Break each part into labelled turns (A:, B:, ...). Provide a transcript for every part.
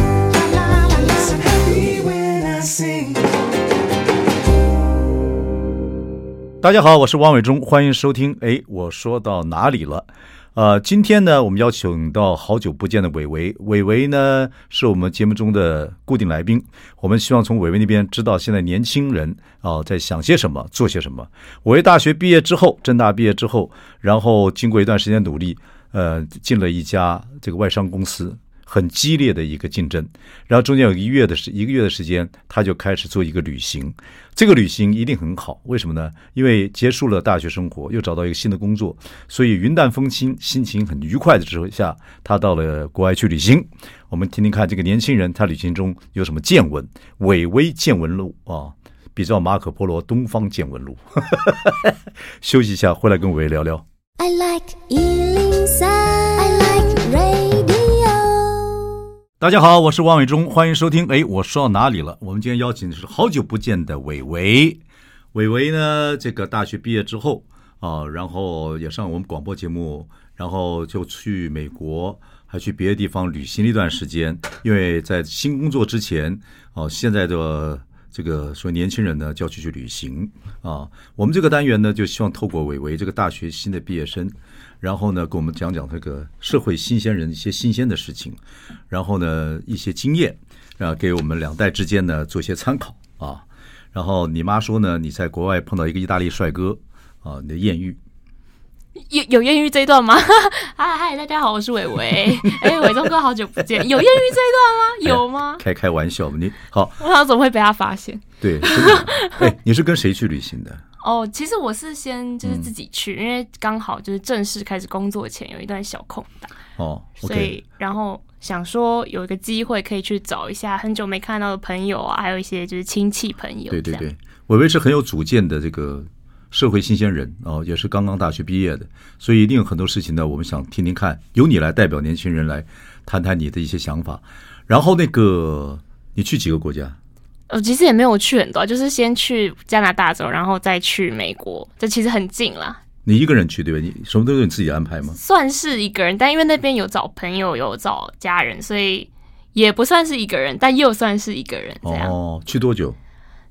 A: So happy when I sing.
B: 大家好，我是王伟忠，欢迎收听。哎，我说到哪里了？呃，今天呢，我们邀请到好久不见的伟伟，伟伟呢是我们节目中的固定来宾。我们希望从伟伟那边知道现在年轻人啊、在想些什么，做些什么。伟伟大学毕业之后，正大毕业之后，然后经过一段时间努力，呃，进了一家这个外商公司，很激烈的一个竞争，然后中间有一月的时一个月的时间，他就开始做一个旅行。这个旅行一定很好，为什么呢？因为结束了大学生活，又找到一个新的工作，所以云淡风轻，心情很愉快的时候下，他到了国外去旅行。我们听听看这个年轻人他旅行中有什么见闻，伟微见闻录啊。比照马可波罗《东方见闻录》， 休息一下，回来跟伟伟聊聊。
C: I like Ealing Sound. I like radio.
B: 大家好，我是王伟忠，欢迎收听。哎，我说到哪里了？我们今天邀请的是好久不见的伟伟。伟伟呢，这个大学毕业之后啊、然后也上我们广播节目，然后就去美国，还去别的地方旅行了一段时间。因为在新工作之前，哦、现在的这个所以年轻人呢就要去去旅行啊。我们这个单元呢，就希望透过伟伟这个大学新的毕业生，然后呢，给我们讲讲这个社会新鲜人一些新鲜的事情，然后呢一些经验，啊，给我们两代之间呢做一些参考啊。然后你妈说呢，你在国外碰到一个意大利帅哥啊，你的艳遇，
D: 有有艳遇这一段吗？ 嗨嗨，大家好，我是伟 伟。哎、伟忠哥，好久不见，有艳遇这一 段吗？有吗？
B: 哎开开玩笑，你好，
D: 我想怎么会被他发现？
B: 对， 真的，哎，你是跟谁去旅行的？
D: 哦，其实我是先就是自己去，因为刚好就是正式开始工作前有一段小空档，
B: 哦
D: 所
B: ，OK，
D: 以然后想说有一个机会可以去找一下很久没看到的朋友啊，还有一些就是亲戚朋友，
B: 对对，对，伟伟是很有主见的这个社会新鲜人哦，也是刚刚大学毕业的，所以一定有很多事情呢，我们想听听看，由你来代表年轻人来谈谈你的一些想法。然后那个，你去几个国家？
D: 我哦其实也没有去很多，就是先去加拿大走，然后再去美国，这其实很近啦，
B: 你一个人去对吧？你什么都是你自己安排吗？
D: 算是一个人，但因为那边有找朋友，有找家人，所以也不算是一个人，但又算是一个人。这样、
B: 哦，去多久？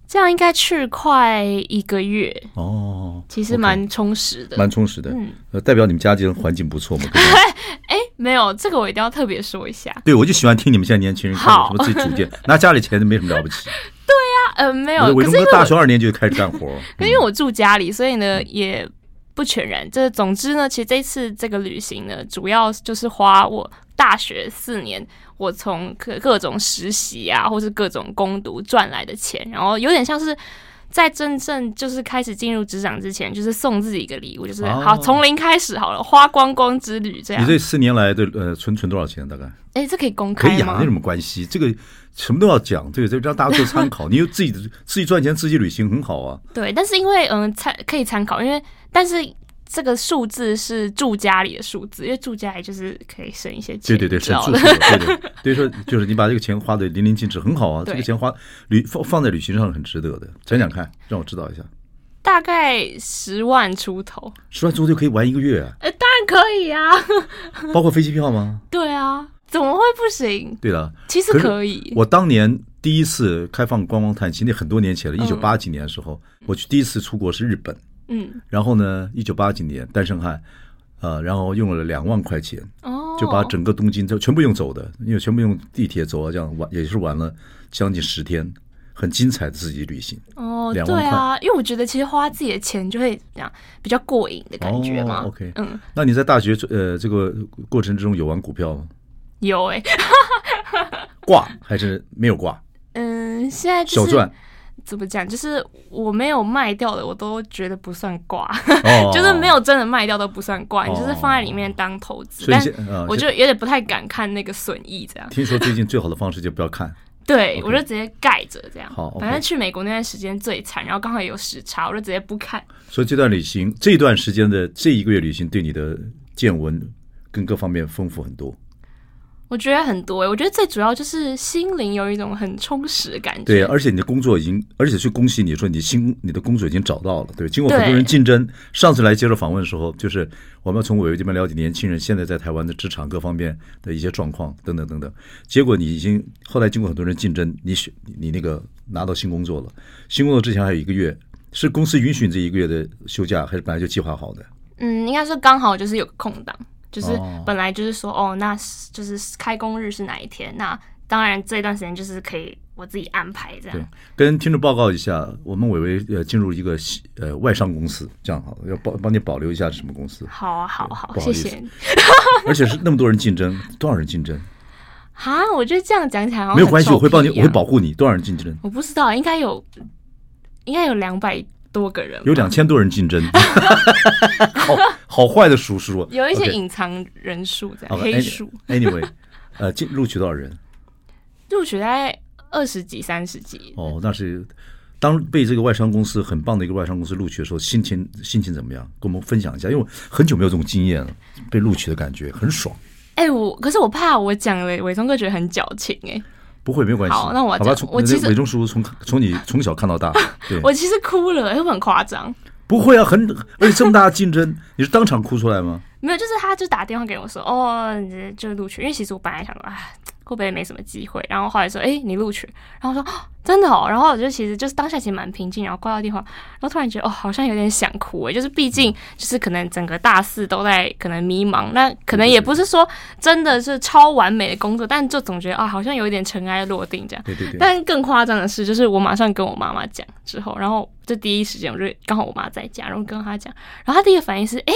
D: 这样应该去快一个月，
B: 哦，
D: 其实
B: OK
D: 蛮充实的。
B: 蛮充实的，
D: 嗯
B: 呃，代表你们家这种环境不错嘛。对不对
D: 哎、没有这个我一定要特别说一下。啊
B: 对，我就喜欢听你们现在年轻人讲
D: 好
B: 什么自己主见，拿家里钱没什么了不起。
D: 啊呃，没
B: 我的
D: 有，
B: 伟
D: 可
B: 忠
D: 是因
B: 哥
D: 为
B: 大
D: 我
B: 学二年级就开始干 活，
D: 可是因为我住家里，所以呢
B: 嗯
D: 也不全然。这总之呢，其实这次这个旅行呢，主要就是花我大学四年，我从各各种实习啊，或是各种攻读赚来的钱，然后有点像是。在真正就是开始进入职场之前，就是送自己一个礼物，就是、
B: 哦
D: 好从零开始好了，花光光之旅这样
B: 你。这四年来的呃存存多少钱？大概
D: 哎、这可以公
B: 可
D: 开
B: 以啊，
D: 吗
B: 没什？么关系。这个什么都要讲，这个这个让大家做参 考。你又自己自己赚钱，自己旅行很好啊。
D: 对，但是因为嗯参可以参考，因为但是这个数字是住家里的数字，因为住家里就是可以省一些
B: 对
D: 钱，
B: 对对，
D: 你知
B: 省
D: 道
B: 住
D: 的
B: 宿的，对对。所以说，就是你把这个钱花的淋漓尽致，很好啊。这
D: 对
B: 个钱花旅放放在旅行上很值得的。讲讲看，让我知道一下，
D: 大概十万出头，
B: 十万左右就可以玩一个月啊，
D: 呃，当然可以啊，
B: 包括飞机票吗？
D: 对啊，怎么会不行？
B: 对啊了，
D: 其实
B: 可是
D: 可以，
B: 我当年第一次开放观光探亲，那很多年前了，一
D: 嗯
B: 九八几年的时候，我去第一次出国是日本，
D: 嗯，
B: 然后呢，一九八几年单身汉，呃，然后用了两万块钱，
D: 哦，
B: 就把整个东京就全部用走的，因为全部用地铁走啊，这样玩也是玩了将近十天，很精彩的自己旅行。
D: 哦，
B: 两万
D: 对啊，因为我觉得其实花自己的钱就会这样比较过瘾的感觉嘛。
B: 哦，OK
D: 嗯，
B: 那你在大学呃这个过程之中有玩股票吗？
D: 有哎、
B: 挂还是没有 挂？
D: 嗯，现在就
B: 小
D: 是
B: 赚
D: 怎么讲，就是我没有卖掉的，我都觉得不算挂，
B: 哦
D: 就是没。有真的卖掉都不算挂，你就是放在里面当投资。
B: 所以
D: 但
B: 现呃，
D: 我就有点不太敢看那个损益这样。
B: 听说最近最好的方式就不要看，
D: 对
B: OK
D: 我就直接盖着这样。
B: 好，OK
D: 反正去美国那段时间最惨，然后刚好也有时差，我就直接不看。
B: 所以这段旅行，这段时间的这一个月旅行，对你的见闻跟各方面丰富很多。
D: 我觉得很多、欸，我觉得最主要就是心灵有一种很充实的感觉。
B: 对，而且你的工作已经，而且去恭喜你说你新你的工作已经找到了，对，经过很多
D: 对
B: 人竞争。上次来接受访问的时候，就是我们要从伟伟这边了解年轻人现在在台湾的职场各方面的一些状况等等等等。结果你已经后来经过很多人竞争，你选你那个拿到新工作了，新工作之前还有一个月，是公司允许你这一个月的休假，还是本来就计划好的？
D: 嗯，应该说刚好就是有个空档，就是
B: 哦
D: 本来就是说哦，那是就是开工日是哪一天？那当然这段时间就是可以我自己安排这
B: 对
D: 样。，，
B: 跟听众报告一下，我们伟伟呃进入一个西呃外商公司，这样好了，要帮帮你保留一下是什么公司
D: 好啊，好好，
B: 不好
D: 谢
B: 意思
D: 谢
B: 而且是那么多人竞争，多少人竞争？
D: 啊！我觉得这样讲起来好像
B: 没有
D: 哦很
B: 关系，
D: 臭
B: 我会帮你，
D: 屁一
B: 我
D: 样
B: 会保护你。多少人竞争？
D: 我不知道，应该有，应该有两百多个人吧，
B: 有两千多人竞 争，好好坏的数数。
D: 有一些
B: OK，
D: 隐藏人数这样
B: 好吧哎 any-
D: 黑数
B: Anyway，呃，进录取多少人？
D: 入学在二十几、三十几。
B: 哦，那是当被这个外商公司很棒的一个外商公司录取的时候，心情心情怎么样？跟我们分享一下，因为我很久没有这种经验了，被录取的感觉很爽。
D: 哎、我可是我怕我讲了，伟忠哥觉得很矫情哎、
B: 不会，没有关系。
D: 好那我
B: 好吧，
D: 讲
B: 从
D: 我其实
B: 那伟忠叔叔从从你从小看到 大，对，
D: 我其实哭了，哎又很夸张。
B: 不会啊，很而且这么大的竞争，你是当场哭出来 吗？
D: 没有，就是他就打电话给我说，哦，你这就录取，因为其实我本来想说，哎，会不会没什么机会？然后后来说，哎、你录取，然后我说、哦真的哦，然后我就其实就是当下其实蛮平静，然后挂掉电话，然后突然觉得哦，好像有点想哭诶，就是毕竟就是可能整个大四都在可能迷茫，那可能也不是说真的是超完美的工作，但就总觉得啊、好像有一点尘埃落定这样。
B: 对对对，
D: 但更夸张的是，就是我马上跟我妈妈讲之后，然后这第一时间我就刚好我妈在家，然后跟她讲，然后她第一个反应是，哎、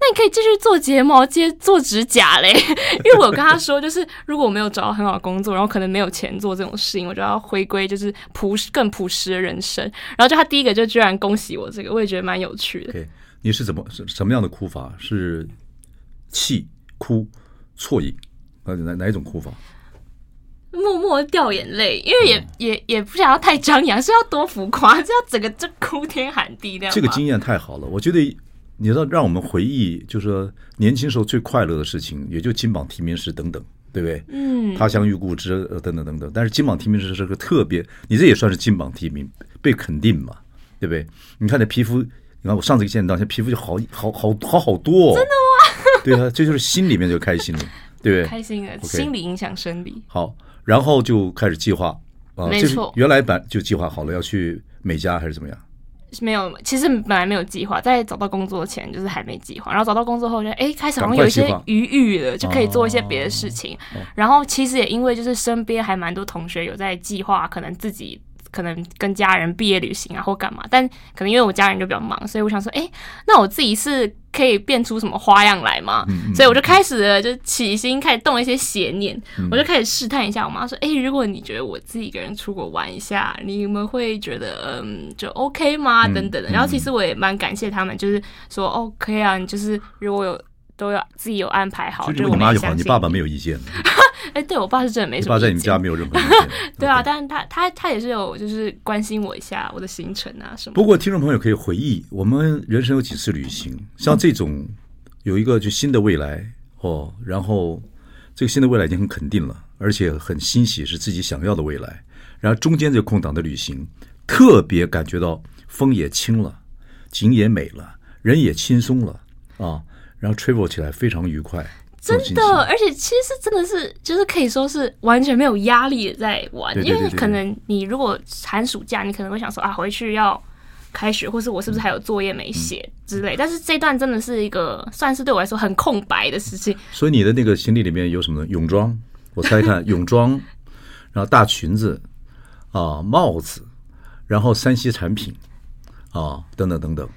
D: 那你可以继续做睫毛、接做指甲嘞， 因为我有跟她说，就是如果我没有找到很好的工作，然后可能没有钱做这种事情，我就要回归就是朴实更朴实的人生。然后就她第一个就居然恭喜我这个，我也觉得蛮有趣的。
B: OK，你是怎么什什么样的哭法？是气、哭、错饮，呃，哪哪一种哭法？
D: 默默地掉眼泪，因为也、
B: 嗯
D: 也也不想要太张扬，是要多浮夸，是要整个就哭天喊地那样吧。
B: 这个经验太好了，我觉得你要让我们回忆，就是说年轻时候最快乐的事情，也就金榜题名时等等，对不对？嗯，他乡遇故知呃等等等等。但是金榜题名时是个特别，你这也算是金榜题名，被肯定嘛，对不对？你看你皮肤，你看我上次见你到，现在皮肤就好好好好好多、哦，真的吗？ 对啊，这就是心里面就开心了，对不对？
D: 开心的，
B: OK
D: 心理影响生理。
B: 好，然后就开始计划啊，
D: 没
B: 这是
D: 错
B: 原来版就计划好了要去美加还是怎么样？
D: 没有，其实本来没有计划，在找到工作前就是还没计划，然后找到工作后就哎、诶开始好像有一些
B: 赶快计划哦
D: 余裕了，就可以做一些别的事情。然后其实也因为就是身边还蛮多同学有在计划，可能自己可能跟家人毕业旅行啊或干嘛，但可能因为我家人就比较忙，所以我想说，哎、那我自己是。可以变出什么花样来嘛？
B: 嗯
D: 所以我就开始了就起心，开始动一些邪念，
B: 嗯
D: 我就开始试探一下我妈说：“哎、如果你觉得我自己一个人出国玩一下，你们会觉得嗯就 OK 吗？
B: 嗯
D: 等等的。”然后其实我也蛮感谢他们，就是说 OK 啊，你就是如果有都要自己有安排好，
B: 就
D: 就
B: 你
D: 我
B: 妈
D: 们也
B: 就好，
D: 相
B: 你
D: 信。
B: 爸爸没有意见，
D: 哎、对我爸是真的没
B: 你
D: 什么
B: 爸
D: 意
B: 在
D: 见。。
B: 你们家没有任何意见
D: 对啊，
B: OK
D: 但是他他他也是有就是关心我一下我的行程啊什么。
B: 不过听众朋友可以回忆，我们人生有几次旅行，像这种有一个就新的未来哦，然后这个新的未来已经很肯定了，而且很欣喜是自己想要的未来。然后中间这个空档的旅行，特别感觉到风也轻了，啊景也美了，人也轻松了啊，然后 travel 起来非常愉快。啊这种
D: 真
B: 心情
D: 的，而且其实真的是，就是可以说是完全没有压力的在玩，
B: 对对对
D: 因为
B: 对对
D: 可能你如果寒暑假，你可能会想说啊，回去要开学，或是我是不是还有作业没
B: 嗯
D: 写之类。但是这段真的是一个算是对我来说很空白的事情，
B: 所以你的那个行李里面有什么呢？泳装，我猜看泳装，然后大裙子啊、帽子，然后山西产品啊等等等等，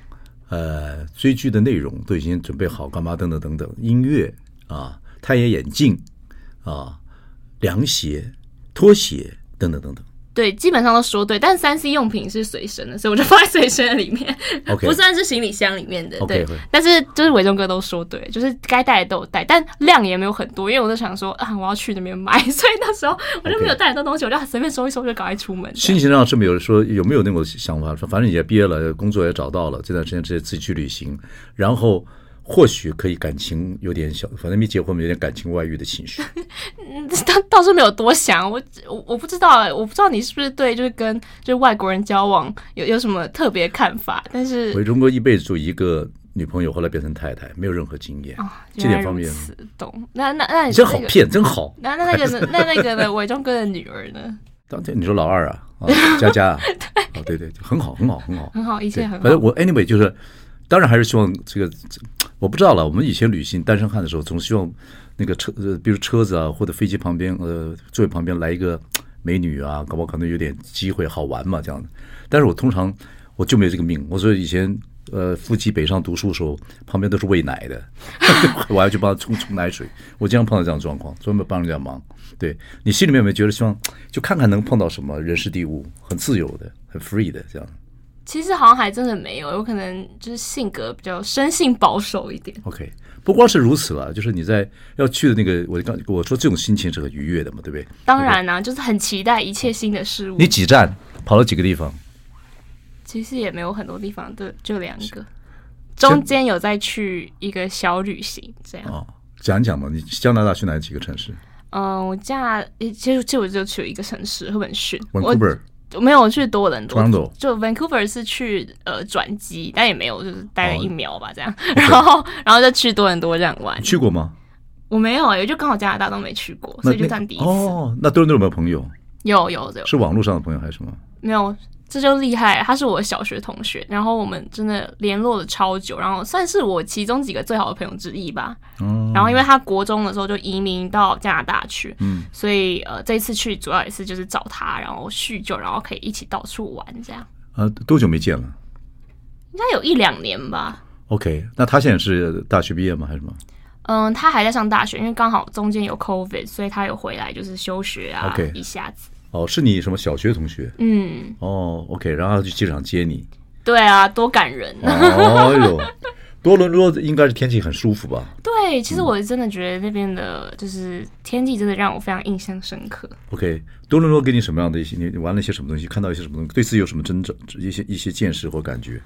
B: 呃，追剧的内容都已经准备好，干嘛等等等等，音乐啊，太阳眼镜啊，凉鞋、拖鞋等等等等，
D: 对，基本上都说对，但三 C 用品是随身的，所以我就放在随身的里面
B: OK
D: 不算是行李箱里面的。
B: OK，
D: 对
B: OK
D: 但是就是伟忠哥都说对，就是该带的都有带，但量也没有很多，因为我就想说啊，我要去那边买， 所以那时候我就没有
B: OK
D: 带很多东西，我就随便收一收就赶快出门。这
B: 心
D: 样
B: 情上是没有说有没有那种想法，说反正也毕业了，工作也找到了，这段时间直接自己去旅行，然后或许可以感情有点小，反正没结婚嘛，有点感情外遇的情绪。
D: 嗯倒倒是没有多想，我我我不知道、欸，我不知道你是不是对就是跟就是外国人交往有有什么特别看法，但是
B: 回中国一辈子就一个女朋友，后来变成太太，没有任何经验，
D: 啊，
B: 这点方面
D: 原来如此懂。那那那
B: 你
D: 你
B: 真
D: 说
B: 好
D: 那个
B: 骗，真好。
D: 那那那个呢？那那个呢？伟忠哥的女儿呢？
B: 当天你说老二啊，啊，佳佳啊，啊，对对，很好，很好，很好。
D: 很好，一
B: 对，
D: 切很
B: 反正
D: 好。
B: 我 anyway 就是，当然还是希望这个，这我不知道了。我们以前旅行单身汉的时候，总希望那个车，呃，比如车子啊，或者飞机旁边，呃，座位旁边来一个美女啊，搞不好可能有点机会好玩嘛，这样的。但是我通常我就没有这个命，我说以前。呃，夫妻北上读书的时候，旁边都是喂奶 的，我还去帮他冲冲奶水。我经常碰到这样的状况，专门帮人家忙。对你心里面有没有觉得希望，就看看能碰到什么人事地物，很自由的，很 free 的这样。
D: 其实好像还真的没有，有可能就是性格比较生性保守一点。
B: OK，不光是如此了，就是你在要去的那个，我刚我说这种心情是很愉悦的嘛，对不对？
D: 当然啦、就是很期待一切新的事物
B: 嗯你。几站跑了几个地方？
D: 其实也没有很多地方，就就两个。中间有再去一个小旅行，这样。
B: 哦，讲一讲嘛，你加拿大去哪几个城市
D: 嗯，我加诶其实其实我就去了一个城市，赫本逊。我
B: ？Vancouver
D: 我没有我去多伦多
B: Toronto
D: 就 Vancouver 是去呃转机，但也没有就是待了一秒吧这样，然后然后就去多伦多这样玩
B: 你。去过吗？
D: 我没有啊，也就刚好加拿大都没去过，所以就算第一次。
B: 哦，那多伦多有没有朋友？
D: 有有有，
B: 是网络上的朋友还是什么？
D: 没有这就厉害，他是我小学同学，然后我们真的联络了超久，然后算是我其中几个最好的朋友之一吧。
B: 嗯，
D: 然后因为他国中的时候就移民到加拿大去，
B: 嗯
D: 所以呃这次去主要也是就是找他，然后叙旧，然后可以一起到处玩这样。
B: 呃，多久没见了
D: 应该有一两年吧，
B: ？OK，那他现在是大学毕业吗？还是什么
D: 嗯，他还在上大学，因为刚好中间有 COVID，所以他有回来就是休学啊
B: OK
D: 一下子。
B: 哦，是你什么小学同学？
D: 嗯，
B: 哦，OK，然后他去机场接你。
D: 对啊，多感人啊！
B: 哦 哟，多伦多应该是天气很舒服吧？
D: 对，
B: 嗯
D: 其实我真的觉得那边的就是天气真的让我非常印象深刻。
B: OK，多伦多给你什么样的一些？你你玩了一些什么东西？看到一些什么东西？对自己有什么增长？一些一些见识或感觉？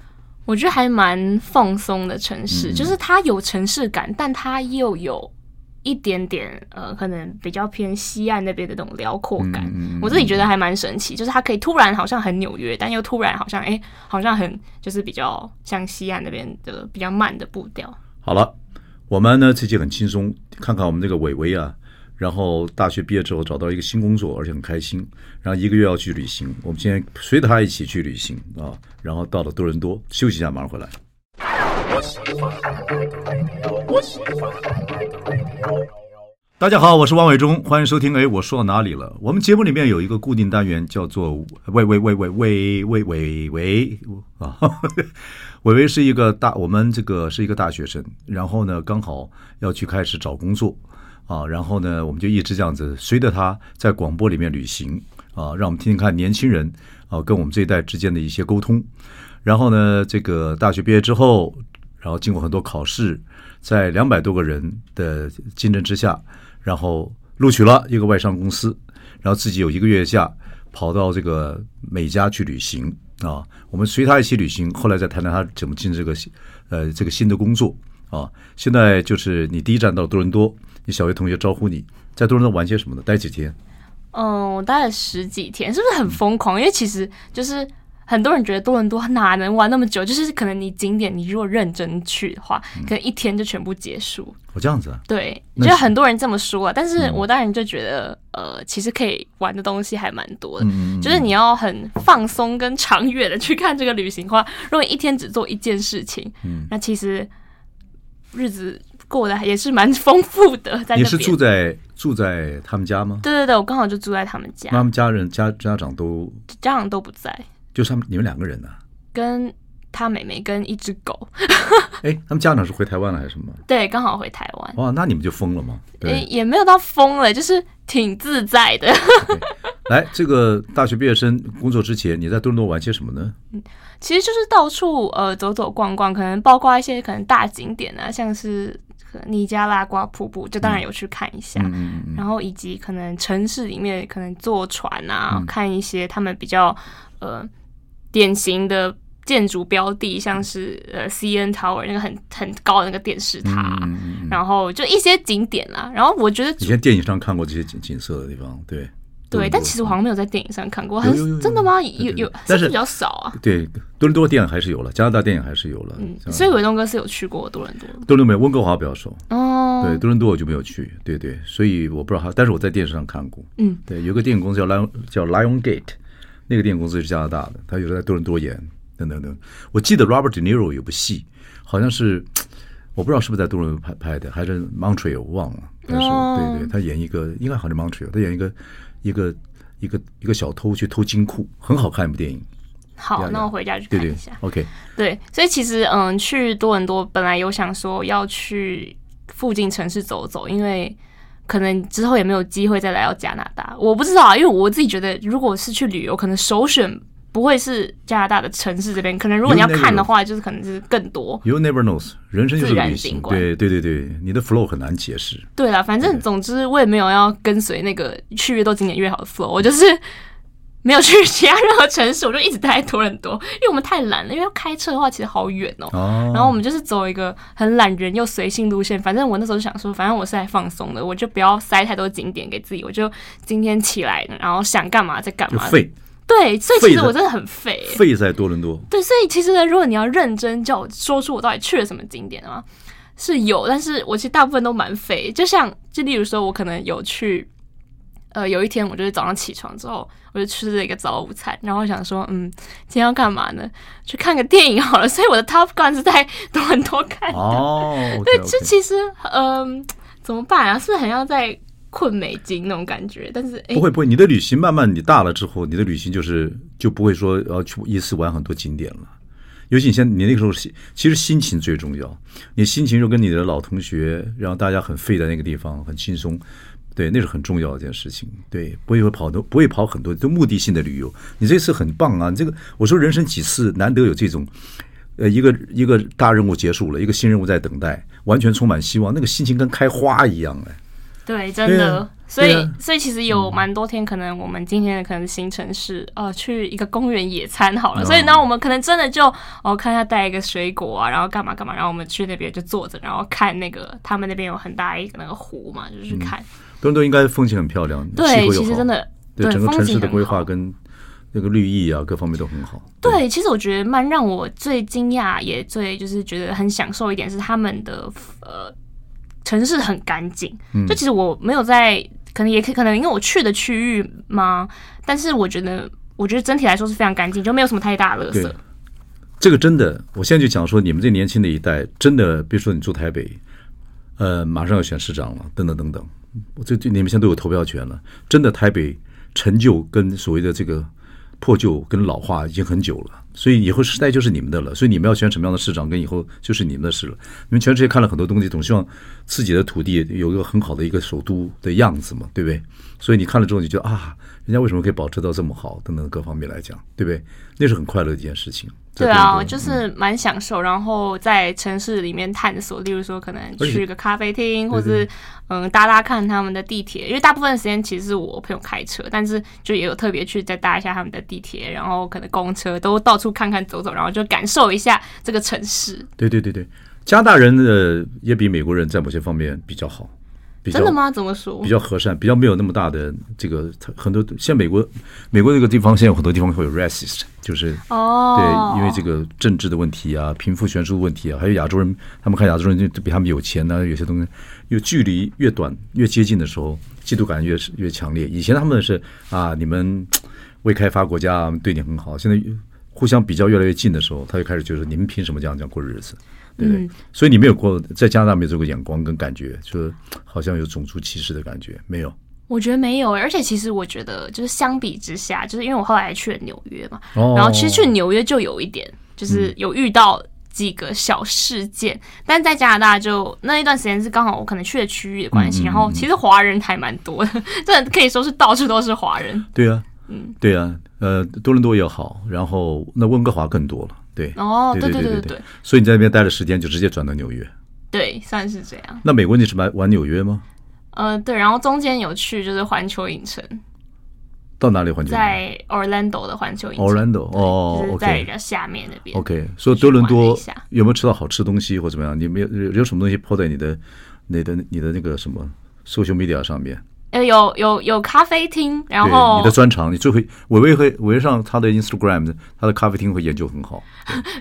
D: 我觉得还蛮放松的城
B: 嗯
D: 市，就是它有城市感，但它又有一点点呃，可能比较偏西岸那边的那种辽阔感。
B: 嗯嗯嗯
D: 我自己觉得还蛮神奇，就是它可以突然好像很纽约，但又突然好像哎、好像很就是比较像西岸那边的比较慢的步调。
B: 好了，我们呢这期很轻松，看看我们这个伟伟啊，然后大学毕业之后找到一个新工作，而且很开心，然后一个月要去旅行，我们今天随着他一起去旅行啊，然后到了多伦多休息一下，马上回来。大家好，我是王伟忠，欢迎收听。哎，我说到哪里了？我们节目里面有一个固定单元，叫做“喂喂喂喂喂喂喂喂”啊， 伟伟是一个大，我们这个是一个大学生，然后呢，刚好要去开始找工作啊，然后呢，我们就一直这样子随着他在广播里面旅行啊，让我们听听看年轻人啊跟我们这一代之间的一些沟通。然后呢，这个大学毕业之后，然后经过很多考试，在两百多个人的竞争之下，然后录取了一个外商公司，然后自己有一个月假，跑到这个美加去旅行啊。我们随他一起旅行，后来再谈谈他怎么进这个新呃这个新的工作啊。现在就是你第一站到多伦多，你小学同学招呼你，在多伦多玩些什么呢？待几天？
D: 嗯，我待了十几天，是不是很疯狂？因为其实就是很多人觉得多伦多哪能玩那么久，就是可能你景点你如果认真去的话，
B: 嗯
D: 可能一天就全部结束。
B: 我这样子啊，
D: 对，
B: 那嗯
D: 就是很多人这么说啊，但是我当然就觉得，呃，其实可以玩的东西还蛮多的，
B: 嗯嗯嗯
D: 就是你要很放松跟长远的去看这个旅行的话，如果一天只做一件事情，
B: 嗯
D: 那其实日子过得也是蛮丰富的。在那
B: 你
D: 边
B: 是住在住在他们家吗？
D: 对对对，我刚好就住在他们
B: 嗯
D: 家，
B: 他们家人家家长都
D: 家长都不在，
B: 啊就是他们你们两个人呢、
D: 跟他妹妹跟一只狗，
B: 哎，他们家长是回台湾了还是什么？
D: 对，刚好回台湾，
B: 哇，那你们就疯了嘛？
D: 也
B: 对，
D: 也没有到疯了，就是挺自在的。
B: 来，这个大学毕业生工作之前，你在多伦多玩些什么呢？
D: 其实就是到处呃走走逛逛，可能包括一些可能大景点啊，像是可能尼加拉瓜瀑布，就当然有去看一下。
B: 嗯嗯嗯，
D: 然后以及可能城市里面可能坐船啊，
B: 嗯
D: 看一些他们比较呃典型的建筑标的，像是呃 CN Tower 那个很很高的那个电视塔，
B: 嗯嗯嗯，
D: 然后就一些景点啦。然后我觉得
B: 以前电影上看过这些景景色的地方，对
D: 对，但其实我好
B: 黄
D: 像没有在电影上看
B: 有
D: 过，还
B: 有有
D: 是
B: 有
D: 真的吗？
B: 对
D: 有
B: 对
D: 有，
B: 但是
D: 不比较少啊。
B: 对多伦多电影还是有了，加拿大电影还是有了，
D: 嗯，
B: 像
D: 所以伟东哥是有去过多伦多的
B: 多伦多没有温哥华比较熟，
D: 哦，
B: 对多伦多我就没有去，对对，所以我不知道他，但是我在电视上看过，
D: 嗯，
B: 对，有个电影公司叫 Lion 叫 Lion Gate，那个电影公司是加拿大的，他有时候在多伦多演，等等等。我记得 Robert De Niro 有部戏，好像是我不知道是不是在多伦多拍拍的，还是 Montreal 我忘了，但是、
D: 哦
B: 对对，他演一个应该好像是 Montreal，他演一个一个一个一个小偷去偷金库，很好看一部电影，呀
D: 好，
B: 呀
D: 那我回家去
B: 对
D: 看
B: 对
D: 一下。
B: ，OK，
D: 对，所以其实嗯，去多伦多本来有想说要去附近城市走走，因为可能之后也没有机会再来到加拿大。我不知道啊，因为我自己觉得，如果是去旅游，可能首选不会是加拿大的城市这边，可能如果你要
B: You never
D: 看的话，就是可能就是更多。
B: You never knows，人生就是个
D: 自然
B: 旅行
D: 景，观
B: 对对对对，你的 flow 很难解释。
D: 对啦，反正总之我也没有要跟随那个去越多景点越好的
B: 嗯
D: flow，我就是没有去其他任何城市，我就一直待在多伦多，因为我们太懒了，因为要开车的话其实好远哦、
B: 哦
D: 然后我们就是走一个很懒人又随性路线，反正我那时候就想说，反正我是来放松的，我就不要塞太多景点给自己，我就今天起来，然后想干嘛再干
B: 就
D: 嘛。
B: 废
D: 对，所以其
B: 废
D: 实
B: 的
D: 我真的很废、
B: 废在多伦多，
D: 对，所以其实呢，如果你要认真叫我说出我到底去了什么景点的话，是有，但是我其实大部分都蛮废。就像，就例如说，我可能有去，呃，有一天我就是早上起床之后，我就吃了一个早午餐，然后我想说，嗯，今天要干嘛呢？去看个电影好了。所以我的 Top Gun 是在多伦多看的。
B: 哦，
D: 对，
B: OK，OK
D: 这其实，嗯、怎么办啊？是很像在困美金那种感觉，但是哎
B: 不，会不会，你的旅行慢慢你大了之后，你的旅行就是就不会说要去一次玩很多景点了。尤其你现在你那个时候心，其实心情最重要。你心情就跟你的老同学，让大家很废在那个地方，很轻松，对，那是很重要的一件事情。对，不会跑多，不会跑很多，都目的性的旅游。你这次很棒啊！你这个我说人生几次难得有这种，呃，一个一个大任务结束了，一个新任务在等待，完全充满希望，那个心情跟开花一样哎。
D: 对，真
B: 对
D: 的。
B: 啊
D: 所
B: 对
D: 以
B: 啊，
D: 所以其实有蛮多天，可能我们今天的可能行程是，呃，去一个公园野餐好了。
B: 哦
D: 所以呢，我们可能真的就，哦，看他带一个水果啊，然后干嘛干嘛，然后我们去那边就坐着，然后看那个他们那边有很大一个那个湖嘛，就
B: 嗯
D: 去看。
B: 多伦多应该风景很漂亮，气
D: 对，
B: 候又
D: 其实
B: 好
D: 真的，
B: 对整个
D: 风
B: 城市
D: 景
B: 的
D: 很
B: 规
D: 好
B: 划跟那个绿意啊，各方面都很好。
D: 对，其实我觉得蛮让我最惊讶，也最就是觉得很享受一点是他们的呃城市很干净。就其实我没有在，可能也可可能因为我去的区域嘛，但是我觉得我觉得整体来说是非常干净，就没有什么太大的垃
B: 对
D: 圾。
B: 这个真的，我现在就讲说，你们这年轻的一代，真的，比如说你住台北，呃，马上要选市长了，等等等等，我这这你们现在都有投票权了。真的，台北陈旧跟所谓的这个破旧跟老化已经很久了，所以以后时代就是你们的了。所以你们要选什么样的市长，跟以后就是你们的事了。你们全世界看了很多东西，总希望自己的土地有一个很好的一个首都的样子嘛，对不对？所以你看了之后，你就啊，人家为什么可以保持到这么好，等等各方面来讲，对不对？那是很快乐的一件事情。在多
D: 对
B: 伦
D: 啊，
B: 多
D: 就是蛮享受，然后在城市里面探索，例如说可能
B: 而且
D: 去个咖啡厅，或是嗯搭搭看他们的地铁，因为大部分的时间其实是我朋友开车，但是就也有特别去再搭一下他们的地铁，然后可能公车都到处看看走走，然后就感受一下这个城市。
B: 对对对对，加拿大人呃也比美国人在某些方面比较好，比较
D: 真的？吗？怎么说
B: 比？较和善，比较没有那么大的这个很多。现在美国，美国这个地方现在有很多地方会有 racist，就是
D: 哦，
B: 对，因为这个政治的问题啊，贫富悬殊的问题啊，还有亚洲人，他们看亚洲人就比他们有钱呢、有些东西，有距离越短越接近的时候，嫉妒感越是越强烈。以前他们是啊，你们未开发国家对你很好，现在互相比较越来越近的时候，他就开始觉得你们凭什么这样这样过日子，对不对？
D: 嗯
B: 所以你没有过在加拿大没有这个眼光跟感觉，就是好像有种族歧视的感觉，没有。
D: 我觉得没有欸，而且其实我觉得就是相比之下，就是因为我后来去了纽约嘛，
B: 哦嗯
D: 然后其实去纽约就有一点，就是有遇到几个小事件，但在加拿大就那一段时间是刚好我可能去的区域的关系，
B: 嗯嗯嗯
D: 然后其实华人还蛮多的， 真的可以说是到处都是华人。
B: 对啊，嗯，对啊，呃，多伦多也好，然后那温哥华更多了，对，
D: 哦，
B: 对
D: 对
B: 对
D: 对
B: 对
D: 对
B: 所以你在那边待的时间就直接转到纽约。
D: 对，算是这样。
B: 那美国你是玩玩纽约吗？
D: 呃，对，然后中间有去就是环球影城，
B: 到哪里环球？
D: 在 Orlando 的环球影城
B: Orlando 哦
D: 就是在比
B: ，OK
D: 较下面那边。
B: OK，所以多伦
D: 玩了
B: 多
D: 一下
B: 有没有吃到好吃的东西或怎么样？你没有有有什么东西抛在你的、你的、你的那个什么 social media 上面？
D: 呃，有有有咖啡厅，然
B: 对，
D: 后
B: 你的专长，你最会伟伟会伟上他的 Instagram，他的咖啡厅会研究很好。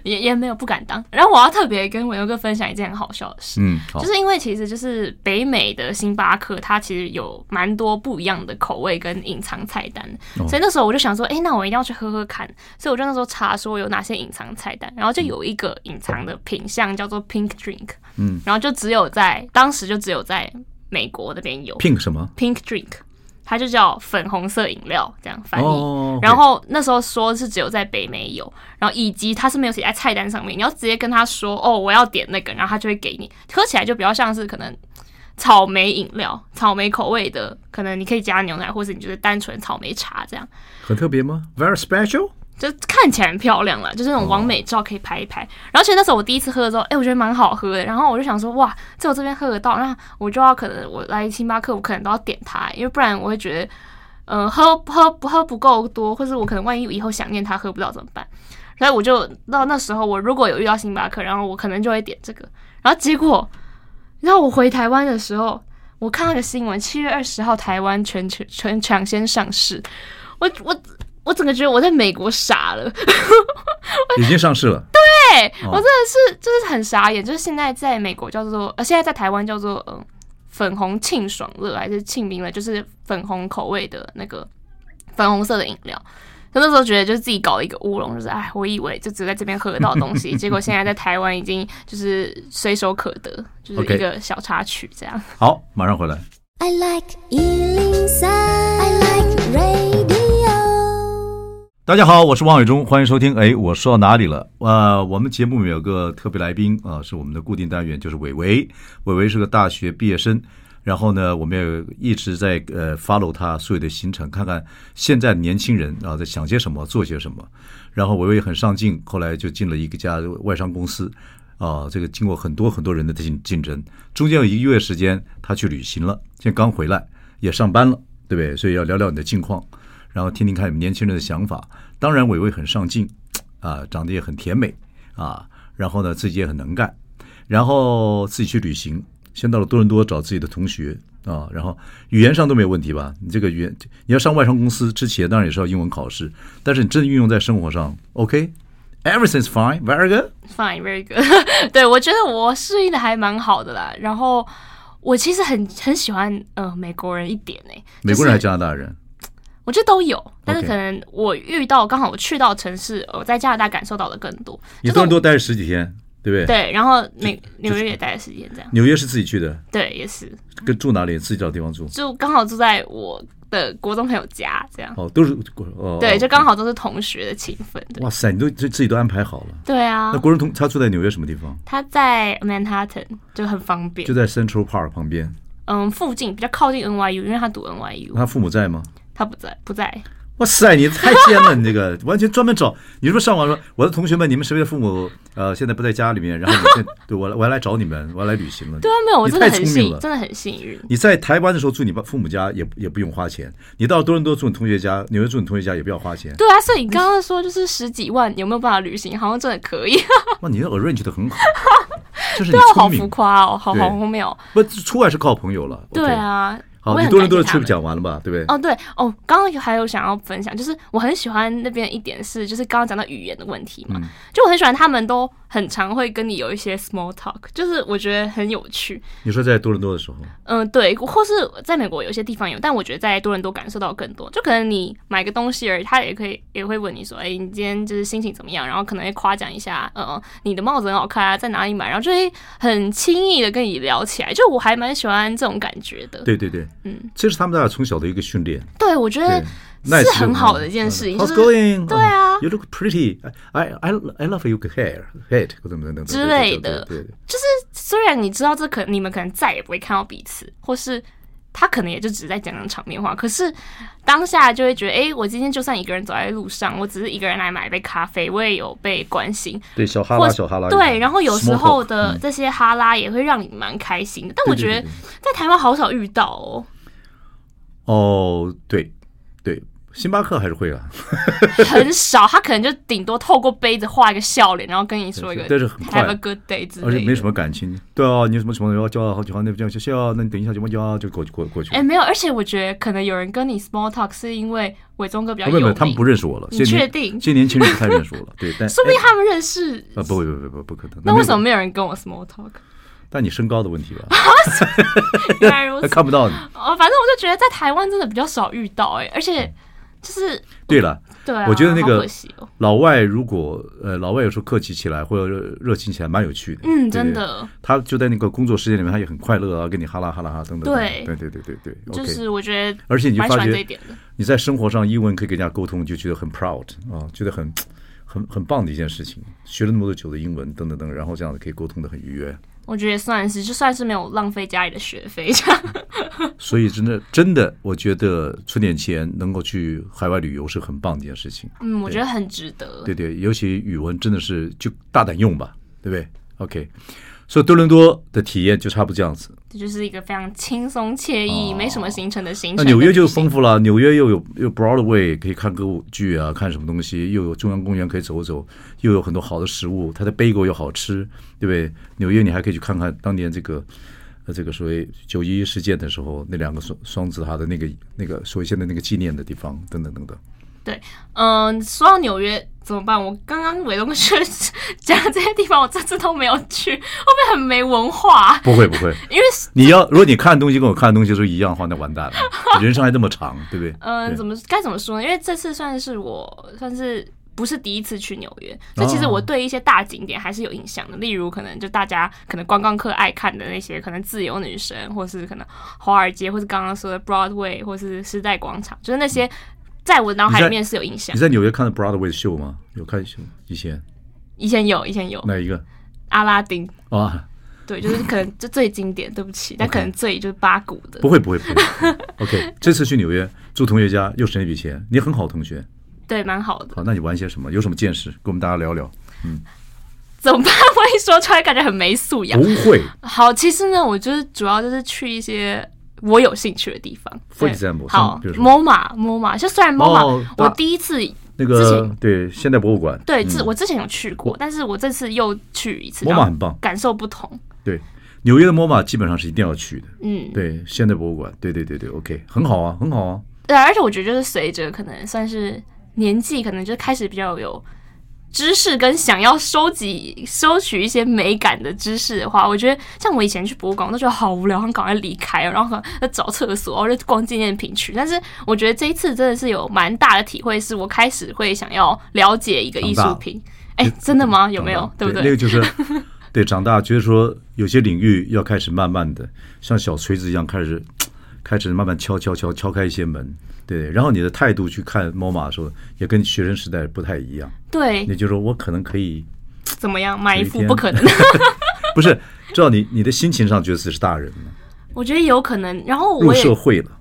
D: 也也没有不敢当。然后我要特别跟文佑哥分享一件很好笑的事，
B: 嗯，好
D: 就，是因为其实就是北美的星巴克，它其实有蛮多不一样的口味跟隐藏菜单的，
B: 哦
D: 所以那时候我就想说，哎、那我一定要去喝喝看。所以我就那时候查说有哪些隐藏菜单，然后就有一个隐藏的品项叫做 Pink Drink，
B: 嗯，
D: 然后就只有在当时就只有在美国那边有
B: pink 什么？
D: Pink Drink。它就叫粉红色饮料，这样翻译。
B: 哦，OK
D: 然后那时候说是只有在北美有，然后以及它是没有写在菜单上面，你要直接跟他说哦，我要点那个，然后他就会给你。喝起来就比较像是可能草莓饮料、草莓口味的，可能你可以加牛奶，或是你就是单纯草莓茶这样，
B: 很特别吗？Very special。
D: 就看起来很漂亮了，就是那种完美照可以拍一拍。然后其实那时候我第一次喝的时候，哎、我觉得蛮好喝的，然后我就想说哇，在我这边喝得到，那我就要可能我来星巴克，我可能都要点它，因为不然我会觉得。呃，喝喝不喝不够多，或是我可能万一以后想念它喝不到怎么办？所以我就到那时候，我如果有遇到星巴克，然后我可能就会点这个。然后结果，你知道我回台湾的时候，我看那个新闻，七月二十号台湾全全全抢先上市，我我我整个觉得我在美国傻了，
B: 已经上市了。
D: 对、
B: 哦
D: 我真的是就是很傻眼，就是现在在美国叫做呃，现在在台湾叫做嗯、呃粉红沁爽乐还是沁冰乐，就是粉红口味的那个粉红色的饮料。就那时候觉得就是自己搞了一个乌龙，就是哎，我以为就只在这边喝得到的东 西，结果现在在台湾已经就是随手可得，就是一
B: OK
D: 个小插曲这样。
B: 好，马上回来。
C: I like Ealing Sound. I like radio.
B: 大家好，我是王伟忠，欢迎收听。哎，我说到哪里了？呃，我们节目里面有个特别来宾啊、是我们的固定单元，就是伟伟。伟伟是个大学毕业生，然后呢，我们也一直在呃 follow 他所有的行程，看看现在年轻人啊在想些什么，做些什么。然后伟伟很上进，后来就进了一个家外商公司，啊，这个经过很多很多人的竞竞争，中间有一个月时间他去旅行了，现在刚回来也上班了，对不对？所以要聊聊你的近况，然后听听看你们年轻人的想法。当然，伟伟很上进，啊，长得也很甜美啊，然后呢自己也很能干，然后自己去旅行，先到了多伦多找自己的同学啊，然后语言上都没有问题吧？你这个语言你要上外商公司之前，当然也是要英文考试，但是你真的运用在生活上，OK，everything's、fine, very good。
D: Fine, very good 。 对我觉得我适应的还蛮好的啦。然后我其实很很喜欢呃美国人一点呢、
B: 美国人还是
D: 就是
B: 加拿大人？
D: 我觉得都有，但是可能我遇到刚好我去到城市，我在加拿大感受到的更多。
B: 你
D: 就是
B: 多伦
D: 我
B: 多待了十几天，对不对？。
D: 对，然后美
B: 就
D: 纽约也待了时间这样，
B: 纽约是自己去的，
D: 对，也是
B: 跟住哪里自己找地方住。
D: 就刚好住在我的国中朋友家这样，
B: 哦，都是哦，
D: 对，
B: 哦
D: 就刚好都是同学的情分，对
B: 哇塞，你都自自己都安排好了。
D: 对啊
B: 那。国人同他住在纽约什么地方？
D: 他在 Manhattan 就很方便
B: 就，在 Central Park 旁边。
D: 嗯，附近比较靠近 NYU，因为他读 NYU，
B: 他父母在吗？
D: 他不在，不在，
B: 哇塞，你太尖了，你这个 完全专门找你是不是上网说我的同学们，你们谁的父母呃现在不在家里面，然后你现 对我来我要来找你们，我要来旅行了。
D: 对啊，没有，我
B: 你
D: 真的
B: 太
D: 很
B: 聪
D: 幸
B: 明，了。
D: 真的很幸运。
B: 你在台湾的时候住你爸父母家也也不用花钱，你到多伦多住你同学家，纽约住你同学家也不要花钱。
D: 对啊，所以你刚刚说就是十几万有没有办法旅行，好像真的可以，
B: 哇，你的 arrange 的很好，就是你
D: 对啊，好
B: 聪
D: 浮
B: 明。
D: 夸哦，好
B: 对
D: 好荒谬哦。
B: 不，出外是靠朋友了。
D: 对，啊，
B: 好，
D: 我
B: 你
D: 也很
B: 多伦多的
D: 感谢他
B: trip
D: 们
B: 讲完了吧？对不对？
D: 哦，对哦，刚刚还有想要分享，就是我很喜欢那边一点是，就是刚刚讲到语言的问题
B: 嗯
D: 嘛，就我很喜欢他们都很常会跟你有一些 small talk，就是我觉得很有趣。
B: 你说在多伦多的时候，
D: 嗯，对，或是在美国有些地方有，但我觉得在多伦多感受到更多。就可能你买个东西而已，他也可以也会问你说，哎、你今天就是心情怎么样？然后可能会夸奖一下，呃，你的帽子很好看啊，在哪里买？然后就会很轻易的跟你聊起来。就我还蛮喜欢这种感觉的。
B: 对对对，
D: 嗯，呃
B: 这是他们俩从小的一个训练。
D: 对，我觉得
B: 对那也
D: 是很好的一件事情
B: 嗯
D: 就是
B: How's going？
D: 对啊
B: ，You look pretty. I I I love your hair, head 等等等等
D: 之类的
B: 对对对
D: 就是虽然你知道这可你们可能再也不会看到彼此，或是他可能也就只是在讲讲场面话，可是当下就会觉得，哎、我今天就算一个人走在路上，我只是一个人来买一杯咖啡，我也有被关心，
B: 对，小哈
D: 或
B: 拉
D: 是
B: 小哈拉。
D: 对，然后有时候
B: Small talk，
D: 的这些哈拉也会让你蛮开心的，但我
B: 嗯对对
D: 觉
B: 对对
D: 得在台湾好少遇到哦，
B: 哦，对对，星巴克还是会啊，
D: 很少，他可能就顶多透过杯子画一个笑脸，然后跟你说一个
B: 但是很快
D: Have a good day 之类的，
B: 而且没什么感情。对啊，你有什么什么要叫好久好那叫谢谢啊，那你等一下就叫啊，就过去过过去。
D: 哎、没有，而且我觉得可能有人跟你 small talk 是因为伟忠哥比较
B: 不
D: 有
B: 不不，
D: 名，
B: 他们不认识我了。
D: 你
B: 现在
D: 确
B: 年
D: 定
B: 现在年轻人不太认识我了。对，但
D: 说不定
B: 哎
D: 他们认识。
B: 啊，不不不不不可能。
D: 那为什么？没有人跟我 small talk？
B: 但你身高的问题吧，
D: 原来
B: 他
D: 如此。
B: 看啊不到你。
D: 哦，反正我就觉得在台湾真的比较少遇到、哎，而且就是
B: 对了，
D: 对啊，
B: 我觉得那个
D: 好可惜哦。
B: 老外如果呃老外有时候客气起来或者热热情起来，蛮有趣的。
D: 嗯，
B: 对
D: 真。的，
B: 他就在那个工作时间里面，他也很快乐啊，跟你哈啦哈啦哈等等。
D: 对
B: 对对对对对
D: 就
B: ，OK。
D: 是我觉得
B: 而且你就
D: 蛮喜
B: 发
D: 欢这一
B: 觉
D: 点的。
B: 你在生活上英文可以跟人家沟通，你就觉得很 proud 啊，觉得很很很棒的一件事情。学了那么多久的英文，等等等，然后这样子可以沟通的很愉悦。
D: 我觉得也算是，就算是没有浪费家里的学费，这样
B: 所以真的真的，我觉得存点钱能够去海外旅游是很棒的一件事情。
D: 嗯，我
B: 对
D: 觉得很值得。
B: 对对，尤其语文真的是就大胆用吧，对不对？OK，所以多伦多的体验就差不多这样子。
D: 这就是一个非常轻松惬意、
B: 哦
D: 没什么行程的行
B: 那
D: 程。
B: 纽约就丰富了，纽约又有又有 Broadway 可以看歌舞剧啊，看什么东西，又有中央公园可以走走，又有很多好的食物，它的 bagel 又好吃，对不对？纽约你还可以去看看当年这个。呃，这个所谓九一一事件的时候，那两个双双子塔的那个那个所谓现在那个纪念的地方，等等等等。
D: 对，嗯，说到纽约怎么办？我刚刚伟东去讲的这些地方，我这次都没有去，会不会很没文化啊？
B: 不会不会，
D: 因为
B: 你要如果你看的东西跟我看的东西是一样的话，那完蛋 了，人生还那么长，对不对？
D: 嗯，
B: 对
D: 怎么该怎么说呢？因为这次算是我算是不是第一次去纽
B: 哦
D: 约，所以其实我对一些大景点还是有印象的，例如可能就大家可能观光客爱看的那些，可能自由女神，或是可能华尔街，或是刚刚说的 Broadway，或是时代广场，就是那些在我脑海里面是有印象
B: 嗯你。在纽约看的 Broadway 的秀吗？有看秀以前
D: 哦以前有，以前有
B: 哪一个
D: 阿拉丁，哦
B: 啊？
D: 对，就是可能就最经典，对不起，但可能最就是八股的
B: 不，会不会不 会。OK，这次去纽约住同学家又省一笔钱，你很好同学。
D: 对，蛮好的。
B: 好，那你玩些什么？有什么见识？跟我们大家聊聊。
D: 怎么办？ 我一说出来感觉很没素养
B: 不。 会
D: 好，其实呢，我就是主要就是去一些我有兴趣的地方。
B: For
D: 对
B: example，
D: 好
B: 像比如说
D: ，MoMA MoMA，就虽然 MoMA、
B: 哦大
D: 我第一次
B: 那
D: 之
B: 个
D: 前
B: 对现代博物馆，
D: 对，自、我之前有去过，但是我这次又去一次
B: 嗯 MoMA
D: 然后
B: 很棒
D: 感受不同。
B: 对纽约的 MoMA 基本上是一定要去的。
D: 嗯，
B: 对现代博物馆，对对对对，OK，很好啊，很好啊。
D: 对，而且我觉得就是随着可能算是年纪，可能就开始比较有知识跟想要收集、收取一些美感的知识的话，我觉得像我以前去博物馆，我都觉得好无聊，很赶快离开哦，然后可能要找厕所，然后就逛纪念品区。但是我觉得这一次真的是有蛮大的体会，是我开始会想要了解一个艺术品。哎，真的吗？有没有
B: 长？大
D: 对不
B: 那个就是，对，长大觉得说有些领域要开始慢慢的像小锤子一样开始，开始慢慢敲敲敲敲开一些门，对。然后你的态度去看 MoMA 的时候，也跟学生时代不太一样。
D: 对
B: 你，就说我可能可以，
D: 怎么样？买一
B: 有一
D: 副
B: 天
D: 不可能。
B: 不是，知道你你的心情上觉得自己是大人了，
D: 我觉得有可能。然后
B: 入
D: 我也，
B: 社会了，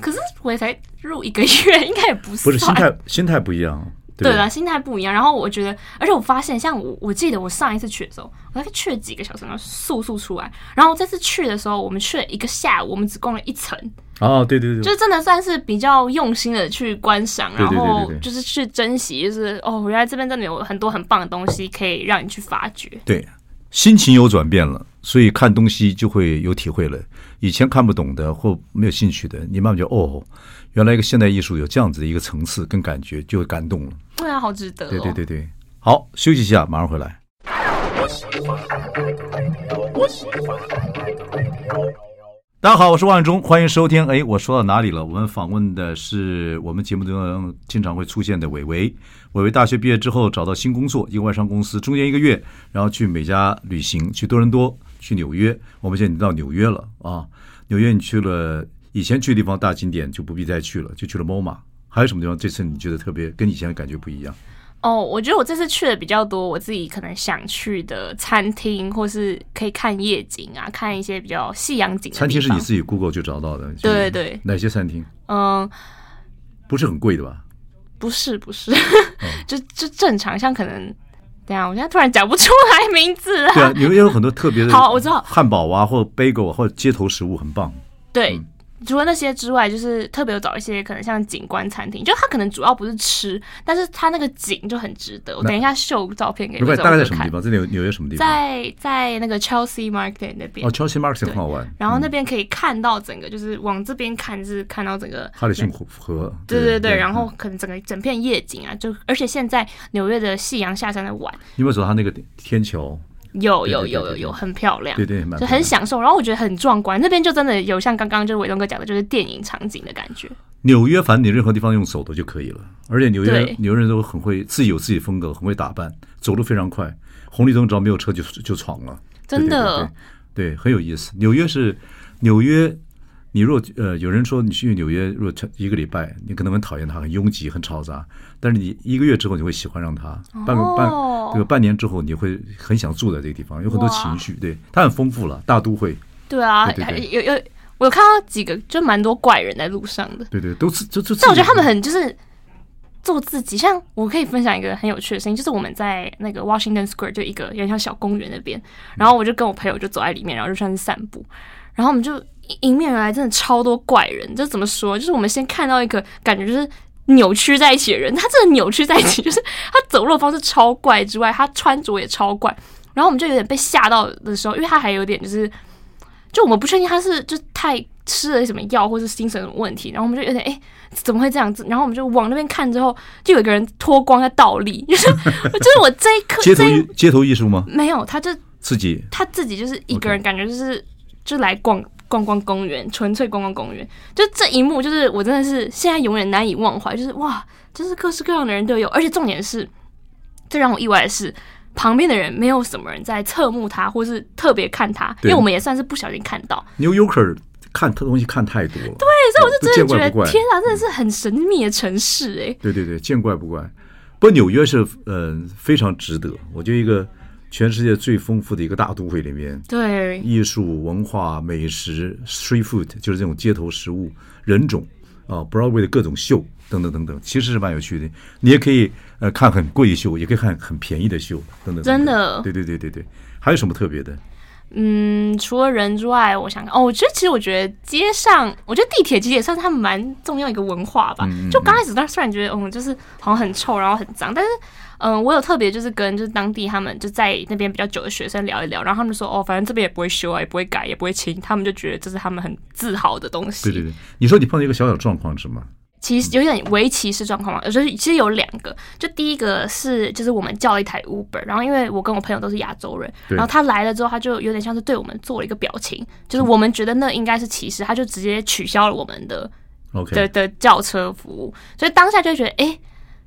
D: 可是我也才入一个月，应 该也不
B: 不是心
D: 算
B: 态心态不一样，对
D: 对啊
B: 不
D: 啦，心态不一样。然后我觉得，而且我发现，像我，我记得我上一次去的时候，我大概去了几个小时，然后速速出来。然后这次去的时候，我们去了一个下午，我们只逛了一层，
B: 哦，对对对，
D: 就是真的算是比较用心的去观赏，
B: 对
D: 然
B: 对对
D: 后
B: 对对
D: 就是去珍惜，就是哦，原来这边真的有很多很棒的东西可以让你去发掘。
B: 对，心情有转变了，所以看东西就会有体会了。以前看不懂的或没有兴趣的，你慢慢就哦，原来一个现代艺术有这样子的一个层次跟感觉，就会感动了。
D: 对啊，好值得、哦。
B: 对对对对，好，休息一下，马上回来。大家好，我是万忠，欢迎收听。哎，我说到哪里了？我们访问的是我们节目中经常会出现的伟伟。伟伟大学毕业之后找到新工作，一个外商公司，中间一个月，然后去美加旅行，去多伦多，去纽约。我们现在已经到纽约了啊！纽约你去了，以前去的地方大景点就不必再去了，就去了 MoMA。还有什么地方这次你觉得特别跟以前的感觉不一样？
D: 哦，我觉得我这次去的比较多，我自己可能想去的餐厅，或是可以看夜景啊，看一些比较夕阳景的地方。
B: 餐厅是你自己 Google 就找到的，
D: 对对对，
B: 哪些餐厅
D: 嗯，
B: 不是很贵的吧？
D: 不是 不是，
B: 嗯
D: 就就正常，像可能，等一下我现在突然讲不出来名字
B: 对
D: 啊。
B: 啊，你们也有很多特别的，
D: 好我知道
B: 汉堡啊，或者 bagel 啊，或者街头食物很棒。
D: 对，
B: 嗯
D: 除了那些之外，就是特别有找一些可能像景观餐厅，就它可能主要不是吃，但是它那个景就很值得。我等一下秀照片给
B: 没关
D: 观众
B: 系，大概在
D: 们
B: 什么
D: 看
B: 地。方？在纽纽约什么地方？
D: 在在那个 Chelsea Market 那边
B: 哦，Chelsea 嗯 Market 很好玩。
D: 然后那边可以看到整个，就是往这边看是看到整个
B: 哈里逊湖河。嗯
D: 对对对，然后可能整个整片夜景啊，就而且现在纽约的夕阳下山的晚，
B: 你有没有走到它那个天桥？
D: 有
B: 对
D: 有
B: 对
D: 有
B: 对
D: 有
B: 对
D: 有，很漂亮，
B: 对对蛮
D: 就
B: 漂亮
D: 很享受。然后我觉得很壮观，那边就真的有像刚刚就是伟东哥讲的，就是电影场景的感觉。
B: 纽约，反正你任何地方用走的就可以了。而且纽约
D: 对
B: 纽约人都很会，自己有自己的风格，很会打扮，走路非常快。红绿灯只要没有车就就闯了，
D: 真的
B: 对对对对对，很有意思。纽约是纽约，你若呃有人说你去纽约，若一个礼拜，你可能很讨厌它，很拥挤，很嘈杂。但是你一个月之后，你会喜欢上它，半个半
D: 哦
B: 这个半年之后，你会很想住在这个地方，有很多
D: 哇
B: 情绪。对，它很丰富了，大都会。
D: 对啊，
B: 对对对
D: 还有有我有看到几个就蛮多怪人在路上的，
B: 对对，都是就就。
D: 但我觉得他们很就是做自己。像我可以分享一个很有趣的事情，就是我们在那个 Washington Square 就一个有点像小公园那边，然后我就跟我朋友就走在里面，然后就算是散步，然后我们就迎迎面而来，真的超多怪人。就怎么说，就是我们先看到一个感觉就是。扭曲在一起的人，他真的扭曲在一起，就是他走路的方式超怪之外，他穿着也超怪。然后我们就有点被吓到的时候，因为他还有点就是就我们不确定他是就太吃了什么药，或是精神有什么问题，然后我们就有点哎、诶怎么会这样子？然后我们就往那边看之后，就有一个人脱光在倒立，就是 就是我这一刻
B: 街头
D: 这一
B: 艺街头艺术吗？
D: 没有，他就
B: 自己
D: 他自己就是一个人，感觉就是呃就来逛逛逛公园，纯粹逛逛公园。就这一幕，就是我真的是现在永远难以忘怀，就是哇，就是各式各样的人都有，而且重点是，最让我意外的是。旁边的人没有什么人在侧目他，或是特别看他，因
B: 对
D: 为我们也算是不小心看到，
B: New Yorker 看他东西看太多了，
D: 对，所以我就真
B: 见
D: 的觉
B: 怪不
D: 得，
B: 怪。
D: 天啊，真的是很神秘的城市哎、
B: 对对对，见怪不怪。不过纽约是呃非常值得，我觉得一个全世界最丰富的一个大都会里面，
D: 对，
B: 艺术、文化、美食、street food 就是这种街头食物、人种啊、Broadway 的各种秀等等等等，其实是蛮有趣的。你也可以呃看很贵的秀，也可以看很便宜的秀等等等等
D: 真的
B: 对对对对对，还有什么特别的？
D: 嗯，除了人之外，我想看哦，我觉得其实我觉得街上，我觉得地铁其实也算是他们蛮重要一个文化吧。
B: 嗯
D: 就刚开始，当时虽然觉得嗯，就是好像很臭，然后很脏，但是嗯，我有特别就是跟就是当地他们就在那边比较久的学生聊一聊，然后他们说哦，反正这边也不会修啊，也不会改，也不会清，他们就觉得这是他们很自豪的东西。
B: 对对对，你说你碰到一个小小状况是吗？
D: 其实有点围棋式状况嘛，就是其实有两个，就第一个是就是我们叫一台 Uber，然后因为我跟我朋友都是亚洲人，
B: 对
D: 然后他来了之后，他就有点像是对我们做了一个表情，就是我们觉得那应该是歧视，他就直接取消了我们的
B: OK，
D: 的的轿车服务，所以当下就会觉得哎、诶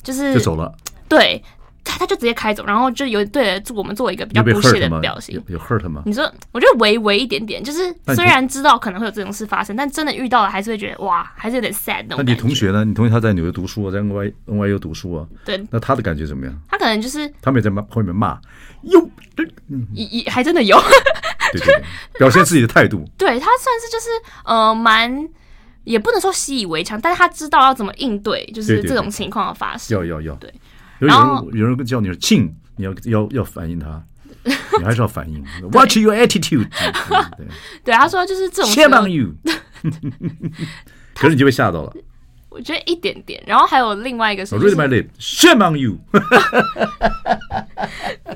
D: 就是
B: 就走了，
D: 对，他他就直接开走，然后就有对着我们做一个比
B: 你
D: 较
B: 有被
D: 不屑
B: hurt
D: 的
B: 吗
D: 表？情
B: 有，有 hurt 吗？
D: 你说，我觉得微微一点点，就是
B: 但你
D: 虽然知道可能会有这种事发生，但真的遇到了还是会觉得哇，还是有点 sad 那
B: 那
D: 种感
B: 你
D: 觉。
B: 同学呢？你同学他在纽约读书啊，在 N Y N Y U 读书啊，
D: 对
B: 那他的感觉怎么样？
D: 他可能就是
B: 他们也在骂后面骂，哟，对
D: 也也还真的 有，
B: 对对，表现自己的态度，
D: 对他算是就是呃蛮也不能说习以为常，但是他知道要怎么应对，就
B: 对
D: 是
B: 对对
D: 这种情况的发生。
B: 要要要。
D: 对，
B: 有
D: 然后
B: 人有人叫你庆，你要要要反应他，你还是要 反应。Watch your attitude，嗯
D: 对，他说就是这
B: 对
D: 种时
B: ，shame
D: 候
B: on you。可是你就被吓到了。
D: 我觉得一点点。然后还有另外一个是、 就
B: Read
D: 是
B: my lip，shame on you。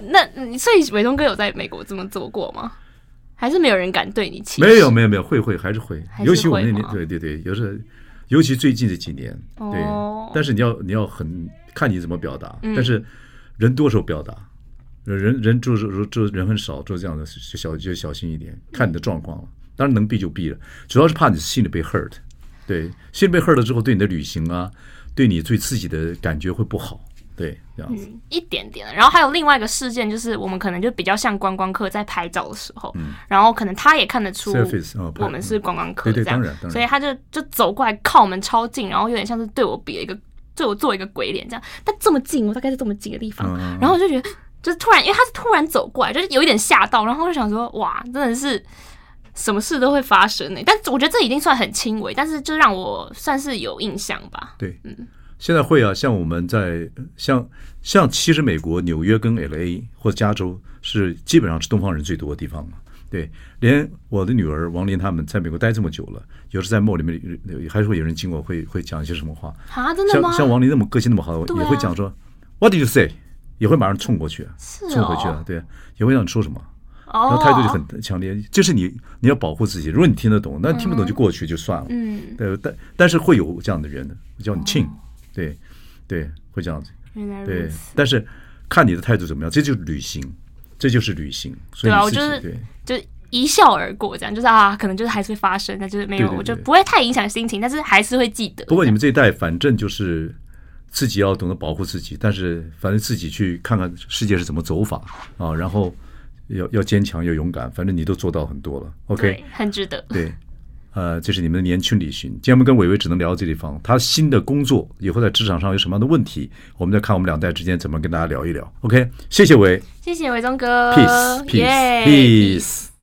D: 那你所以伟东哥有在美国这么做过吗？还是没有人敢对你起？
B: 没有没有没有，会会还是会，
D: 还是
B: 尤其我们那
D: 会
B: 年，
D: 吗
B: 对对对，有时候，尤其最近这几年，对
D: 哦，
B: 但是你要你要很看你怎么表达，
D: 嗯
B: 但是人多时候表达，人人就是说就人很少，就这样的就小就小心一点，
D: 嗯
B: 看你的状况了。当然能避就避了，主要是怕你心里被 hurt，对，心里被 hurt 了之后，对你的旅行啊，对你对自己的感觉会不好。对，这样子，
D: 嗯，一点点的。然后还有另外一个事件，就是我们可能就比较像观光客在拍照的时候，然后可能他也看得出
B: 嗯 Surface，哦拍
D: 我们是观光
B: 嗯
D: 客
B: 对对
D: 这样，
B: 当然当然
D: 所以他就就走过来靠我们超近，然后有点像是对我比了一个对我做一个鬼脸这样。但这么近，我大概在这么近的地方，
B: 嗯嗯嗯
D: 然后我就觉得就是突然，因为他是突然走过来，就是有一点吓到，然后就想说哇，真的是。什么事都会发生呢、欸但我觉得这已经算很轻微，但是就让我算是有印象吧。
B: 对，现在会啊，像我们在像像其实美国纽约跟 L A 或者加州是基本上是东方人最多的地方嘛。对，连我的女儿王琳他们在美国待这么久了，有时在 mall 里面还是会有人经过会会讲一些什么话，
D: 啊，真的吗？
B: 像像王琳那么个性那么好，
D: 对啊
B: 也会讲说 What did you say？也会马上冲过去，
D: 是
B: 冲回去
D: 哦
B: 啊，对，也会让你说什么。
D: 哦，
B: 然后态度就很强烈，就是你你要保护自己。如果你听得懂，那听不懂就过去就算了。
D: 嗯，
B: 对，但但是会有这样的人的，我叫你亲，对对，会这样子。
D: 原来哦如
B: 对
D: 此。，
B: 但是看你的态度怎么样，这就是旅行，这就是旅行。所以
D: 对啊，
B: 你
D: 我
B: 自
D: 就
B: 己
D: 是
B: 对
D: 就是一笑而过，这样就是啊，可能就是还是会发生，但就是没
B: 对
D: 有，
B: 对对
D: 我就不会太影响心情，但是还是会记得。
B: 不过你们这一代，反正就是自己要懂得保护自己，但是反正自己去看看世界是怎么走法啊，然后要要坚强，要勇敢，反正你都做到很多了。OK，
D: 对，很值得。
B: 对，呃，这是你们的年轻旅行。今天我们跟伟伟只能聊到这地方。他新的工作以后在职场上有什么样的问题，我们再看我们两代之间怎么跟大家聊一聊。OK，谢谢伟
D: 谢谢伟忠哥呃
B: ，peace，peace，peace。
D: 耶
B: peace, peace